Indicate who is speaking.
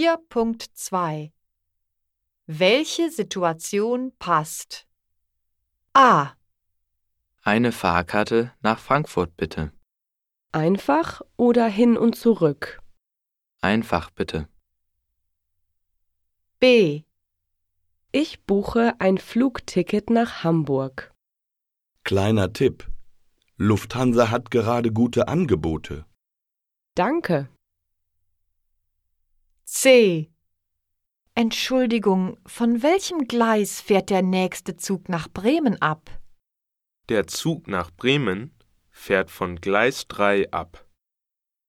Speaker 1: 4.2 Welche Situation passt? A.
Speaker 2: Eine Fahrkarte nach Frankfurt bitte.
Speaker 3: Einfach oder hin und zurück.
Speaker 2: Einfach bitte.
Speaker 1: B.
Speaker 3: Ich buche ein Flugticket nach Hamburg.
Speaker 4: Kleiner Tipp. Lufthansa hat gerade gute Angebote.
Speaker 3: Danke.
Speaker 1: C. Entschuldigung, von welchem Gleis fährt der nächste Zug nach Bremen ab?
Speaker 5: Der Zug nach Bremen fährt von Gleis 3 ab.